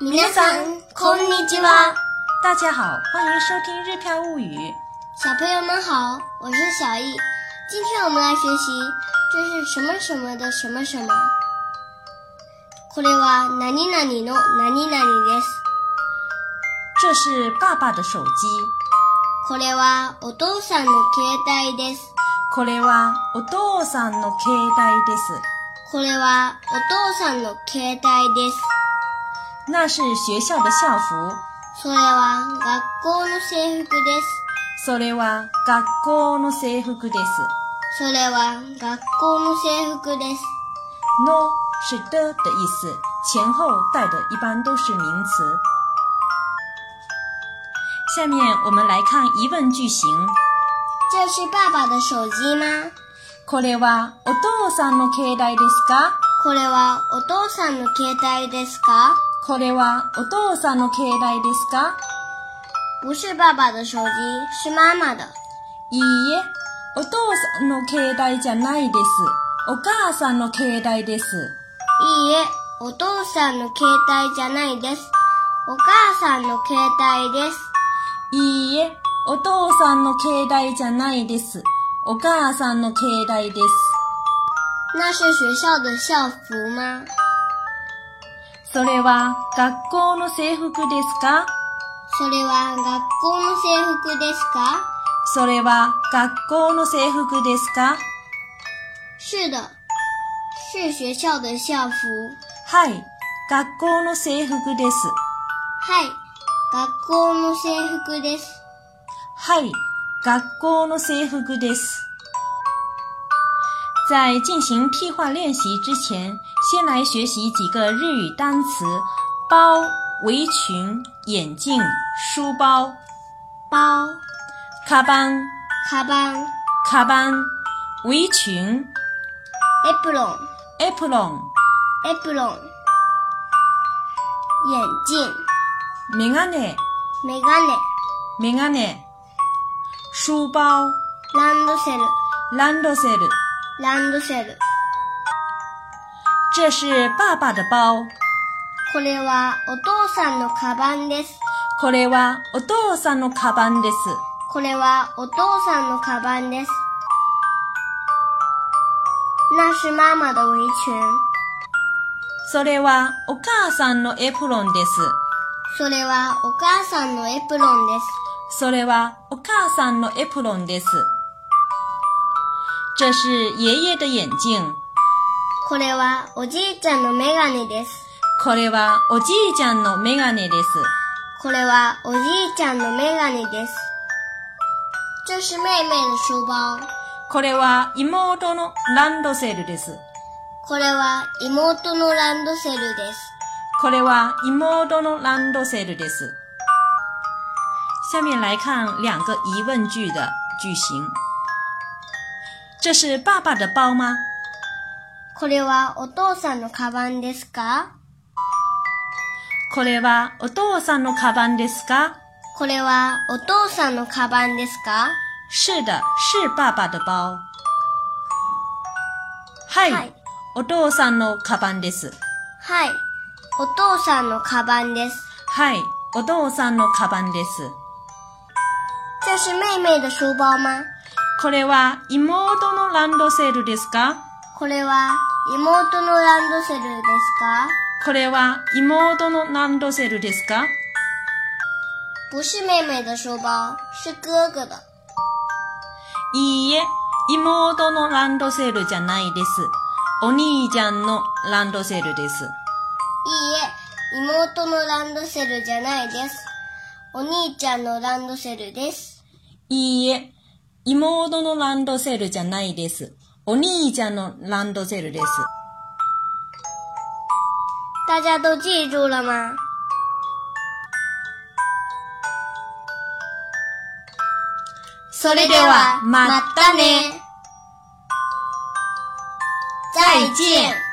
皆さんこんにちは，大家好，欢迎收听《日飘物语》。小朋友们好，我是小易。今天我们来学习这是什么什么的什么什么。これは何々の何々です。这是爸爸的手机。これはお父さんの携帯です。これはお父さんの携帯です。これはお父さんの携帯です。那是学校的校服。それは学校の制服です。それは学校の制服です。それは学校の制服です。の是的的意思，前后带的一般都是名词。下面我们来看疑问句型。这是爸爸的手机吗？これはお父さんの携帯ですか？これはお父さんの携帯ですか？これはお父さんの携帯ですか？不是爸爸的手机，是妈妈的。いいえ、お父さんの携帯じゃないです。お母さんの携帯です。いいえ、お父さんの携帯じゃないです。お母さんの携帯です。いいえ、お父さんの携帯じゃないです。お母さんの携帯で那是学校的校服吗？す。それは学校の制服ですかそれは学校の制服ですか？それは学校の制服ですか是的，是学校的校服。はい、学校の制服です。はい、学校の制服です。はい、学校の制服です。在进行替换练习之前，先来学习几个日语单词：包、围裙、眼镜、书包、包、カバン、カバン、カバン、围裙、e エプロン、エプロン、エプロン。眼鏡、メガネ、メガネ、メガネ、书包、ランドセル、ランドセル。ランドセル。这是爸爸的包。これはお父さんのカバンです。これはお父さんのカバンです。これはお父さんのカバンです。那是妈妈的围裙。それはお母さんのエプロンです。それはお母さんのエプロンです。それはお母さんのエプロンです。这是爷爷的眼镜。これはおじいちゃんのメガネです。これはおじいちゃんのメガネです。これはおじいちゃんのメガネです。这是妹妹的书包。これは妹のランドセルです。これは妹のランドセルです。これは妹のランドセルです。下面来看两个疑问句的句型。这是爸爸的包吗？これはお父さんのカバンですかこれはお父さんのカバンですか？これはお父さんのカバンですか是的，是爸爸的包。はい、はいお父さんのカバンです。はい。お父さんのカバンです。はい、お父さんのカバンです。这是妹妹的书包吗これは妹のランドセルですか？これは妹のランドセルですかこれは妹のランドセルですか？不是妹妹的书包，是哥哥的。いいえ、妹のランドセルじゃないです。お兄ちゃんのランドセルです。いいえ、妹のランドセルじゃないです。お兄ちゃんのランドセルです。いいえ、妹のランドセルじゃないです。お兄ちゃんのランドセルです。大家都记住了吗？それでは、またね。再见。